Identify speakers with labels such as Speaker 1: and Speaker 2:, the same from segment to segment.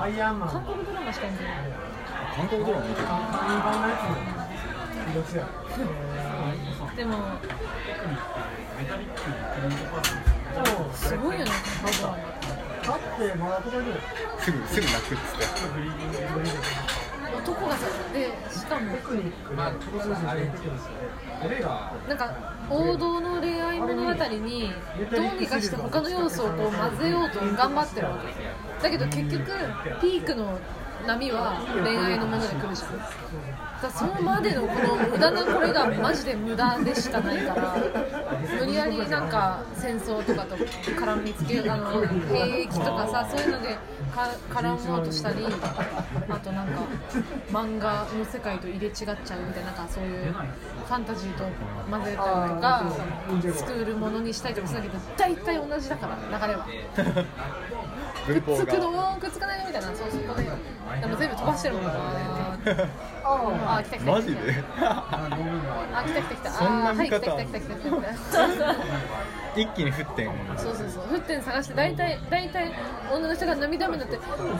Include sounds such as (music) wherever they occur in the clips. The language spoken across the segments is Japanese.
Speaker 1: アイアンマン
Speaker 2: 韓
Speaker 1: の
Speaker 2: 国ドラマしか見てない
Speaker 3: 韓国ドラマ見てる
Speaker 1: 韓国版のやつも魅力や
Speaker 2: でもすごいよね韓国ドラマ
Speaker 1: 勝ってもらっただけです
Speaker 3: ぐすぐ泣くっつって
Speaker 2: 男がさでしかも
Speaker 1: 特にまあ特にあれ出てくるんですよね俺が
Speaker 2: なんか王道の恋愛物語にどうにかして他の要素をこう混ぜようと頑張ってるわけだけど結局ピークの波は恋愛のもので来るじゃんだからそのまでのこの無駄なこれがマジで無駄でしかないから無理やりなんか戦争とかと絡みつけあの兵役とかさそういうのでか絡もうとしたりあとなんか漫画の世界と入れ違っちゃうみたいななんかそういうファンタジーと混ぜたりとかスクールものにしたりとかするんだけど大体同じだから流れは。
Speaker 3: 文
Speaker 2: くっ
Speaker 3: 法
Speaker 2: つく
Speaker 3: が
Speaker 2: のくっつかないのみたいなそうそこででも全部飛ばしてるもん
Speaker 3: (laughs)
Speaker 2: なああ来た来た来た
Speaker 3: マジで
Speaker 2: あ来た来た来た
Speaker 3: そんな見方
Speaker 2: あーはい来た来た来た来た来た
Speaker 3: 一気に降ってんもんな
Speaker 2: そうそうそう沸点探して大体大体女の人が涙目になってっ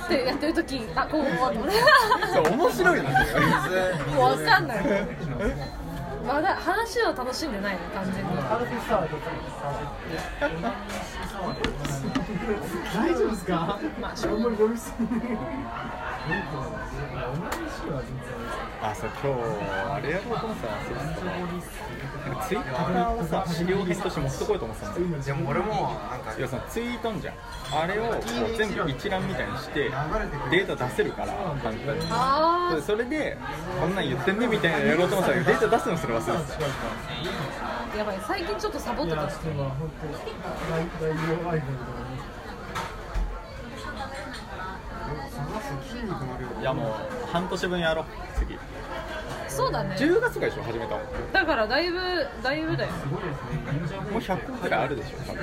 Speaker 2: てやってる時あこうもう俺は
Speaker 3: そう面白いなんですよ
Speaker 2: もう分かんないまだ話を楽しんでないの完全に
Speaker 1: アルフィスター出てくる大丈夫ですか
Speaker 2: まあし
Speaker 1: あ
Speaker 2: ょうんが
Speaker 1: まり
Speaker 2: ない
Speaker 1: 飲みすぎない同じシーンは全然
Speaker 3: あそう今日あれやろうと思ってた忘れてたなんかツイッターをさ資料編として持ってこようと思ってたんだよ
Speaker 4: でも俺もなんか
Speaker 3: 要するにツイートあんじゃんあれをこう全部一覧みたいにしてデータ出せるから簡単に
Speaker 2: あ
Speaker 3: それでこんなん言ってんねみたいなのやろうと思ってたけどデータ出すのすら忘れてた
Speaker 2: あやばい最近ちょっとサボってた
Speaker 1: それは本当大大名アイドルとかね
Speaker 3: いやもう半年分やろう次
Speaker 2: そうだね
Speaker 3: 10月とかでしょ始めたの
Speaker 2: だからだいぶだいぶだよ
Speaker 3: もう100くらいあるでしょ多分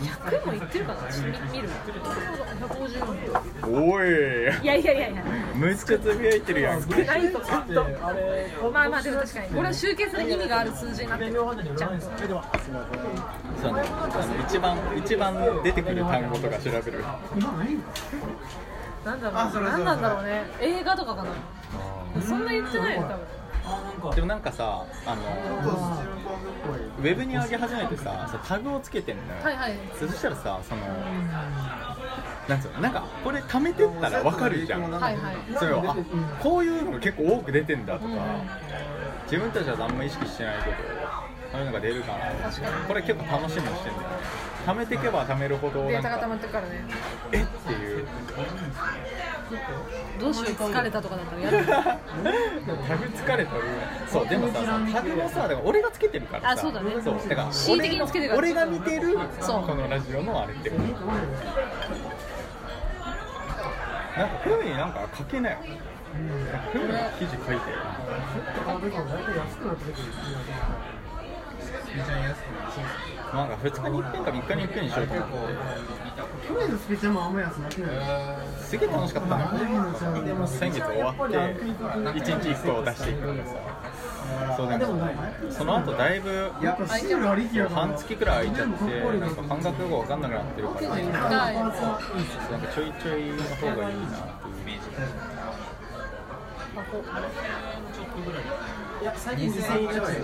Speaker 2: 100もいってるかなちょっと見見る150万
Speaker 3: おい
Speaker 2: いやいやいやいや
Speaker 3: むっちゃつぶやいてるやんけ
Speaker 2: ないとか
Speaker 1: であれ
Speaker 2: まあまあでも確かにこれは集計する意味がある数字になってるちゃんと
Speaker 3: そうねあの一番一番出てくる単語とか調べる
Speaker 1: 今ないん
Speaker 2: なんだろうなんなんだろうね映画とかかなそんな言ってないよ多分
Speaker 3: でもなんかさあのウェブに上げ始めてささタグをつけてんのよ、
Speaker 2: はいはい
Speaker 3: そしたらさそのなんつうのなんかこれ貯めてったらわかるじゃん
Speaker 2: はいはい
Speaker 3: それをあこういうのが結構多く出てんだとか、
Speaker 2: うん
Speaker 3: 自分たちはあんま意識してないけどそういうのが出るかな
Speaker 2: 確かに
Speaker 3: これ結構楽しみにしてんだよ貯めていけば貯めるほど
Speaker 2: デ
Speaker 3: な
Speaker 2: ー
Speaker 3: ん
Speaker 2: タが溜まっ
Speaker 3: か
Speaker 2: てるからね
Speaker 3: えっていう
Speaker 2: どうしよう疲れたとかだったらやる
Speaker 3: タグ疲れたそうでもさタグもさだから俺がつけてるからさ
Speaker 2: あそうだね
Speaker 3: そうだから
Speaker 2: 恣意的につけてるから
Speaker 3: 俺が見てる
Speaker 2: そう
Speaker 3: このラジオのあれってなんかこういうのになんか書けないよなんかこういうのに記事書いてよ
Speaker 1: あでも大体安くなってくる
Speaker 3: なんか2日に1遍か3日に1遍にしようと思って
Speaker 1: 去年のスピーチもあんま安くなってない
Speaker 3: すげえ楽しかったのでも先月終わって1日1個を出していくからさそうなんかその後だいぶ
Speaker 1: やっぱシールありきやから
Speaker 3: 半月くらい空いちゃってなんか感覚よく分かんなくなってるからなんか
Speaker 2: ない
Speaker 3: ちょいちょいの方がいいなっていうイメージ
Speaker 1: いや最近2000円以上です前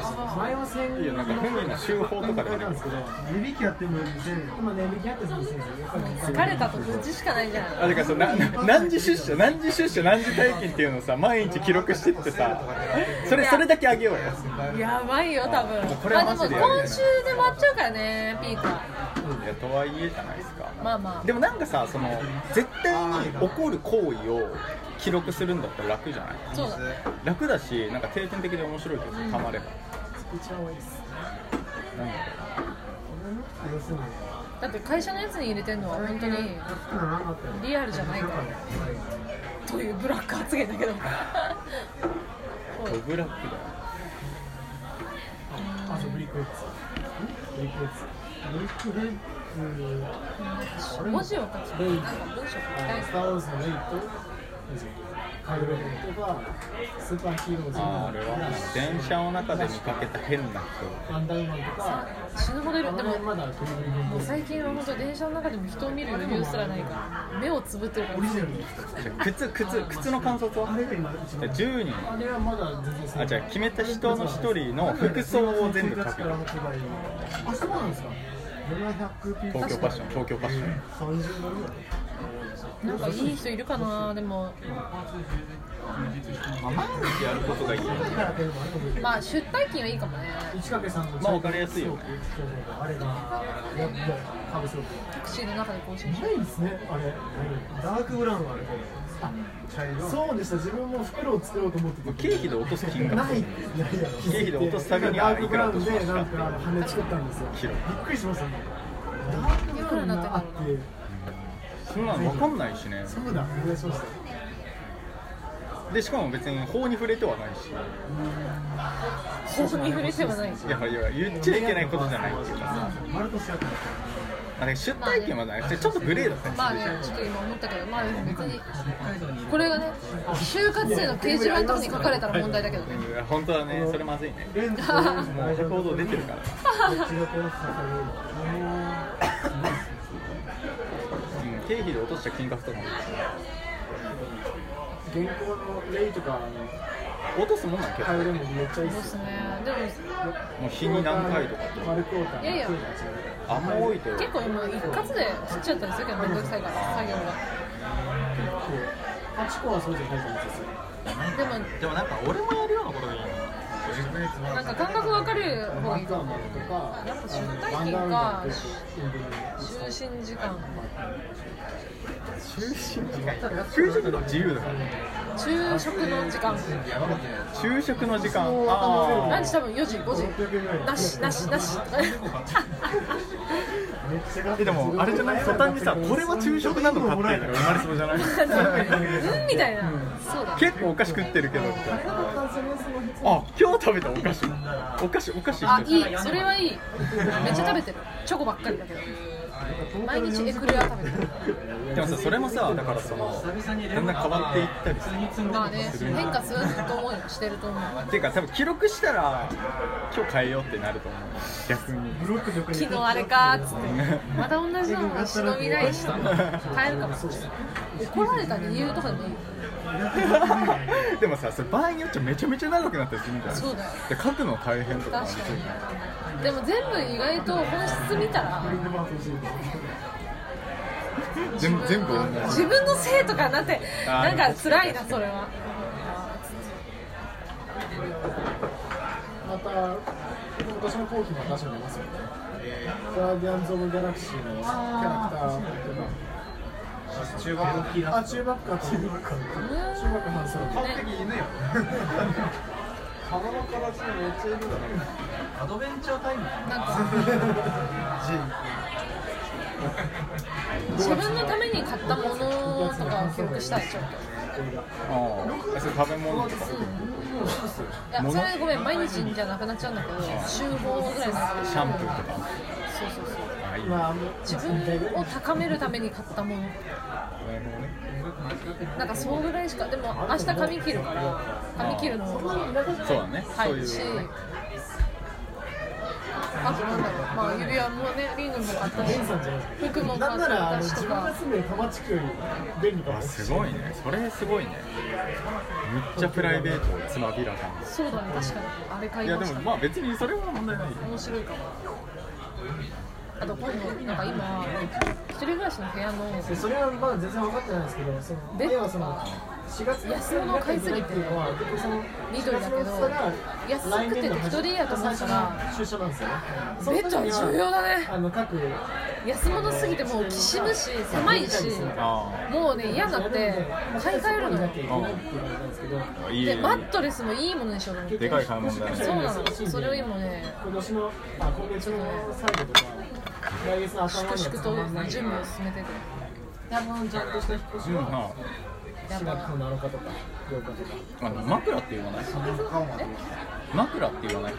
Speaker 1: は1000円
Speaker 3: いやなんかフミの集法とかでも
Speaker 1: なんですけど値引きやっても2000円今値引きやっても2000円やっぱり
Speaker 2: 疲れたと数字しかないじゃ
Speaker 3: あ
Speaker 2: ん
Speaker 3: だからさなな何時出社何時出社何時退勤っていうのをさ毎日記録してってさそれそれだけあげようよ
Speaker 2: やばいよ多分
Speaker 3: もうこれ
Speaker 2: ま
Speaker 3: は
Speaker 2: あで
Speaker 3: マジ
Speaker 2: も
Speaker 3: でやる
Speaker 2: 今週
Speaker 3: よね
Speaker 2: で終わっちゃうからねピークはい
Speaker 3: やとはいえじゃないですか
Speaker 2: まあまあ
Speaker 3: でもなんかさその絶対に起こる行為を記録するんだったら楽じゃない
Speaker 2: そうだね
Speaker 3: 楽だしなんか定点的で面白いけどたまれば
Speaker 1: 一番多いです
Speaker 3: なんだろ
Speaker 1: 要するに
Speaker 2: だって会社のやつに入れてんのは本当
Speaker 1: 安く
Speaker 2: に
Speaker 1: ならなかったよ
Speaker 2: リアルじゃないからというブラック発言だけど
Speaker 3: うドブラックだよ
Speaker 1: あそうブリックヘッズブリックヘッズブリックヘッズ
Speaker 2: 文字を書きなんか文章書きたい
Speaker 1: スター・ウォーズのレイとカグロとかスーパーヒーローズ
Speaker 3: あーあれはなんか電車の中で見かけた変な
Speaker 1: ワンダーウーマンとか
Speaker 2: 死ぬほどいる
Speaker 1: あ
Speaker 2: でも
Speaker 1: の辺まだギリギリ
Speaker 2: もう最近は本当電車の中でも人を見る余裕すらないから目をつぶってるから
Speaker 1: オリジナル
Speaker 3: 人靴靴靴の観察
Speaker 1: あ
Speaker 3: は
Speaker 1: れが今一番
Speaker 3: 10人
Speaker 1: あれはまだ全然
Speaker 3: あじゃあ決めた人の1人の服装を全部書く
Speaker 1: あそうなんですか700ピース
Speaker 3: 東京ファッション東京ファッション
Speaker 1: 30ドルぐらい
Speaker 2: なんかいい人いるかなでも
Speaker 3: まあ毎日やることがいいよね
Speaker 1: だからっていうのもあると思うけど
Speaker 2: まあ出退勤はいいかもね
Speaker 1: 一掛さんの
Speaker 3: まあわかりやすいよね
Speaker 1: あれがやってかぶせろ
Speaker 2: タクシーの中で更新し
Speaker 1: ないですねあれダークブラウンはあれあ茶色そうでした自分も袋を作ろうと思ってて
Speaker 3: 経費で落とす金
Speaker 1: な
Speaker 3: 額
Speaker 1: いいやいや
Speaker 3: 経費で落とすために
Speaker 1: ダークブラウン
Speaker 3: いくら
Speaker 1: で
Speaker 3: 落としました
Speaker 1: なんか羽作ったんですよ
Speaker 3: キロ
Speaker 1: びっくりしましたねダークブラウンがあって
Speaker 3: そんなの分かんないしね
Speaker 1: そうだお願いしました
Speaker 3: でしかも別に法に触れてはないし
Speaker 2: 法に触れてはない
Speaker 3: いやいや言っちゃいけないことじゃないっていうかさ
Speaker 1: 丸としやったんですよ
Speaker 3: あれ出退勤まであれちょっとグレーだったり
Speaker 2: まあね
Speaker 3: するでし
Speaker 2: ちょっと今思ったけどまあでも別にこれがね就活生の掲示板とかに書かれたら問題だけどね
Speaker 3: ょいや本当はねそれまずいね
Speaker 1: レンズ
Speaker 3: もう報道出てるからうん経費で落とした金額とかも
Speaker 1: 原稿のレイとかあの
Speaker 3: 落とすもんなん結
Speaker 1: カ
Speaker 3: 構
Speaker 1: ウレもめっちゃいいっ
Speaker 2: そうですす
Speaker 1: よ
Speaker 2: ねでも
Speaker 3: もう日に何回とかって
Speaker 1: 丸クォーター
Speaker 2: いやいや
Speaker 3: あんま多いと
Speaker 2: 結構もう一括で切っちゃったりするけどめんどくさいから作業が
Speaker 1: 8個はそうじゃないと思うんですよ
Speaker 2: でも
Speaker 3: でもなんか俺もやるようなことがいい
Speaker 2: なんか感覚分かる方が
Speaker 1: ワ
Speaker 2: いい
Speaker 1: ン
Speaker 2: と
Speaker 1: ダー
Speaker 2: 思
Speaker 1: マンとか
Speaker 2: やっぱ出退勤か
Speaker 1: ワンダーウーマンと
Speaker 2: う就寝時間
Speaker 3: な昼食の自由だからね
Speaker 2: 昼食の時間
Speaker 3: 昼食の時間
Speaker 1: そう
Speaker 2: ラ
Speaker 3: あ
Speaker 2: ンチ多分4時5時なしなしなし (laughs)
Speaker 1: めっちゃ
Speaker 3: ーえでもあれじゃない途端にさこれは昼食なのかっていうのが生まれそうじゃない
Speaker 2: うんみたいなそうだ
Speaker 3: 結構お菓子食ってるけどみたいな
Speaker 1: 感想のその質
Speaker 3: あ今日食べたお菓子お菓子お菓子
Speaker 2: あ
Speaker 3: 一
Speaker 2: い
Speaker 3: つ
Speaker 2: いそれはいいめっちゃ食べてるチョコばっかりだけど毎日エクレア食べてる
Speaker 3: でもさそれもさだからそのだんだん変わっていったりさ
Speaker 2: まあね変化すると思うよしてると思う
Speaker 3: っていうか多分記録したら今日変えようってなると思う逆に
Speaker 1: ブロックで
Speaker 2: 昨日あれかっつってまた同じのも忍びないし変えるかもしれない怒られた理由とかでもいいよ
Speaker 3: でもさそれ場合によっちゃめちゃめちゃ長くなったりするんじゃない
Speaker 2: そうだよ
Speaker 3: で書くの大変とかもある
Speaker 2: 確かにでも全部意外と本質見たら
Speaker 3: 全部全部同じ
Speaker 2: 自分のせいとかなって
Speaker 3: あ
Speaker 2: な
Speaker 3: ー
Speaker 2: んか辛いなそれは
Speaker 1: また今年の後期も出してますよねガーディアンズ・オブ・ギャラクシーのキャラクターとかあ中学か中学か
Speaker 2: う
Speaker 1: 中
Speaker 2: ーん
Speaker 1: 学半袖
Speaker 2: 完璧
Speaker 1: 犬よ鼻の形めっちゃ犬だな
Speaker 4: アドベンチャータイム
Speaker 2: なんか自分のために買ったものとかを記録したいちょっと
Speaker 3: ああそれ食べ物とか
Speaker 2: いや
Speaker 3: 物
Speaker 2: それごめん毎日じゃなくなっちゃうんだけど週5ぐらいの
Speaker 3: シャンプーとか
Speaker 2: そうそうそう
Speaker 3: ああいいね
Speaker 1: まあ
Speaker 2: 自分を高めるために買ったもの
Speaker 3: なるほどね
Speaker 2: なんかそうぐらいしかでも明日髪切るから髪切るのも
Speaker 3: そうだねそう
Speaker 2: 入
Speaker 3: い
Speaker 2: るし
Speaker 3: う
Speaker 2: あとなんだろうまあ指輪もねリングも買ったし
Speaker 1: レンさんじゃないですか
Speaker 2: 服も
Speaker 1: な
Speaker 2: 買
Speaker 1: ん
Speaker 2: っ
Speaker 1: ならあ
Speaker 2: た
Speaker 1: の
Speaker 2: し
Speaker 1: 自
Speaker 2: と
Speaker 1: 分が
Speaker 2: か
Speaker 1: 住んでる多摩地区より便利かも
Speaker 3: あすごいねそれすごいねめっちゃプライベートをつまびらかに
Speaker 2: そうだね確かにあれ買
Speaker 3: い
Speaker 2: い
Speaker 3: や
Speaker 2: ま
Speaker 3: で
Speaker 2: し
Speaker 3: も
Speaker 2: た
Speaker 3: まあ別にそれは問題ないよ
Speaker 2: 面白いかもあと今度なんか今一人暮らしの部屋の
Speaker 1: でそれはまだ全然分かってないんですけどその
Speaker 2: で
Speaker 1: ではその4月
Speaker 2: 安物を買いすぎて
Speaker 1: っていうのは結局その
Speaker 2: 緑だけど安くて適当でいいやと思ったら
Speaker 1: 出社なんですよね
Speaker 2: ベッドは重要だね
Speaker 1: あの各
Speaker 2: 安物すぎてもうきしむし狭いし
Speaker 3: あ
Speaker 2: もうね嫌になって買い替えるのよ
Speaker 3: あいい
Speaker 2: でマットレスもいいものにしようと思って
Speaker 3: でかい買い物だね
Speaker 2: そうなのそれを今ね
Speaker 1: 今年のあ今月の最後とか来月の頭の
Speaker 2: 粛々と準備を進めてて
Speaker 1: 多分ちゃんとした引っ越し
Speaker 3: うん
Speaker 1: は
Speaker 3: ま
Speaker 2: や
Speaker 1: 4月
Speaker 2: ばい
Speaker 1: の7日とか8日とか
Speaker 3: ああの枕って言わない枕って言わない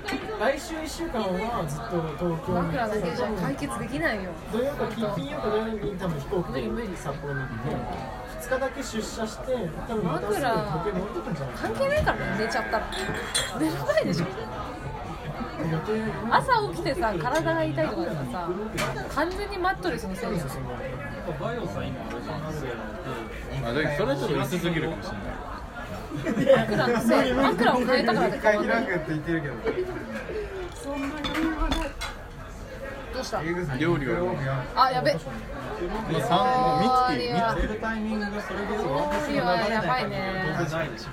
Speaker 1: 来週1週間はずっと東京に
Speaker 2: 枕だけじゃ解決できないよ
Speaker 1: 土曜か金金曜か土曜に多分飛行機
Speaker 2: 無理無理
Speaker 1: で札幌に行って2日だけ出社して多分またすぐ
Speaker 2: 枕
Speaker 1: 東京に戻ってくんじゃない
Speaker 2: 関係ないからね寝ちゃったら寝る前でしょ
Speaker 1: 余計
Speaker 2: 朝起きてさ体が痛いとかだからさ完全にマットレスのせいだよ
Speaker 3: まあ、だけどそれはちょっと薄すぎるかもしれない
Speaker 2: 枕のせい枕を変えたからで変わんない
Speaker 1: って言ってるけど
Speaker 2: そんな余裕がないどうした
Speaker 3: 料理はね
Speaker 2: あやべ料
Speaker 3: もう三もうミツキ
Speaker 2: あーいや
Speaker 3: ミツキ
Speaker 1: タイミングがそれこそ
Speaker 2: 理はやばいね
Speaker 1: ないでしょ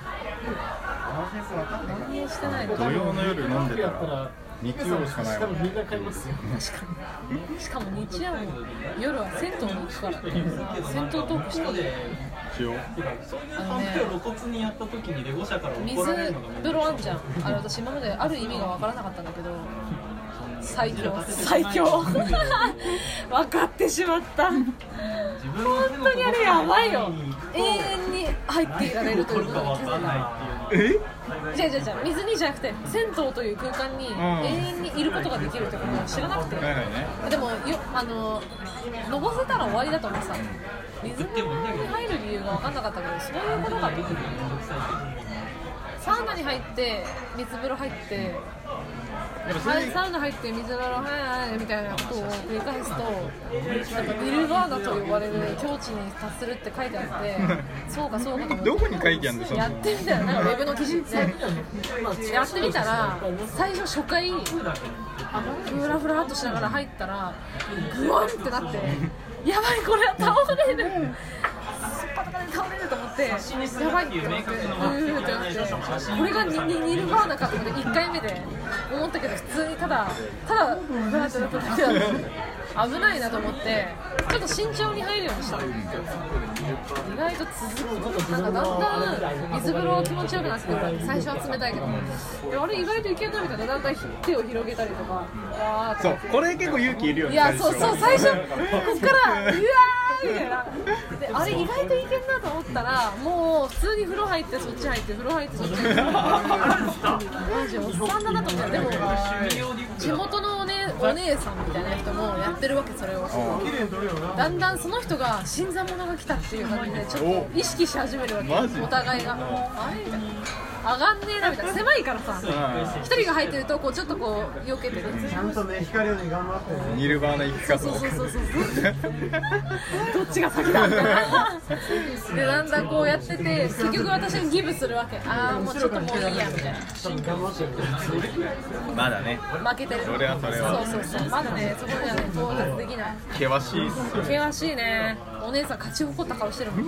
Speaker 2: 何にしてないの
Speaker 3: 土曜の夜飲んでたら日曜しかないわ
Speaker 1: みんな買いますよ
Speaker 2: しかも日曜の夜は銭湯に行くからね銭湯トークしてる
Speaker 3: 塩
Speaker 4: そういうパンプを露骨にやった時にレゴ社から
Speaker 2: 水
Speaker 4: 怒られるのがめんど
Speaker 2: 風呂あんじゃんあれ私今まである意味が分からなかったんだけど最強最 (laughs) 強分かってしまった本
Speaker 4: 自分の手の
Speaker 2: 当にあれやばいよ永
Speaker 4: え
Speaker 2: 遠に入っていられるということ
Speaker 4: か
Speaker 2: に
Speaker 4: わ
Speaker 2: 気
Speaker 4: か
Speaker 2: づ
Speaker 4: ん
Speaker 2: いた
Speaker 4: ないっていう
Speaker 3: え
Speaker 2: じゃあじゃあじゃあ水にじゃなくて銭湯という空間に永遠にいることができるってことを知らなくて、
Speaker 3: はいはいね
Speaker 2: でもよあののぼせたら終わりだと思ってた水風呂に入る理由が分かんなかったけどそういうことかと思って
Speaker 4: めんどくさい
Speaker 2: サウナに入って水風呂入って
Speaker 3: やっぱそ
Speaker 2: はい
Speaker 3: れ
Speaker 2: サウナ入って水風呂はいはいみたいなことを繰り返す
Speaker 3: (laughs)
Speaker 2: となんかニルバーナと呼ばれる境地に達するって書いてあっ
Speaker 3: (laughs)
Speaker 2: てそうかそうかと思って
Speaker 3: どこに書いてあるんだその
Speaker 2: やってみたらなんかウェブの記事でやってみたら最初初回ふらふらっとしながら入ったらグワンってなってやばいこれは倒れるすっぱだかで倒れると思ってやばいってなってうーってなってこれがニニニルバーナかと思って1回目で思ったけど普通にただただふらってなっただけだった危ないなと思ってちょっと慎重に入るようにした意外と続くなんかだんだん水風呂気持ちよくなってくる最初は冷たいけどであれ意外といけるなみたいなだんだん手を広げたりとかわーって
Speaker 3: そうこれ結構勇気いるよね
Speaker 2: いやそうそう最初こっからうわ
Speaker 3: うん
Speaker 2: ーみたいなであれ意外といけんなと思ったらもう普通に風呂入ってそっち入って風呂入ってそっち入ってマジおっさんだなと思ったでも地元のお,、ね、お姉さんみたいな人もやってるわけそれを
Speaker 3: うん
Speaker 2: だんだんその人が新参者が来たっていう感じでちょっと意識し始めるわ
Speaker 3: マ
Speaker 2: け
Speaker 3: ジ
Speaker 2: お互いがあれみたいな上がんねえなみたいな狭いからさ
Speaker 3: う
Speaker 2: 一人が入ってるとこうちょっとこう避けてる
Speaker 1: ちゃんとね光るように頑張って
Speaker 3: んニルバーナ行くかと
Speaker 2: そう
Speaker 3: 思っ
Speaker 2: そう
Speaker 3: て
Speaker 2: そうそうどっちが先だみたいなでだんだんこうやってて結局私にギブするわけああもうちょっともういいやみたいな
Speaker 1: 多分頑張ってる
Speaker 3: まだね
Speaker 2: 負けてる
Speaker 3: それはそれは
Speaker 2: そうそうそうまだねそこにはね到達できない
Speaker 3: 険しいっすよ
Speaker 2: 険しいねお姉さん勝ち誇った顔してるもん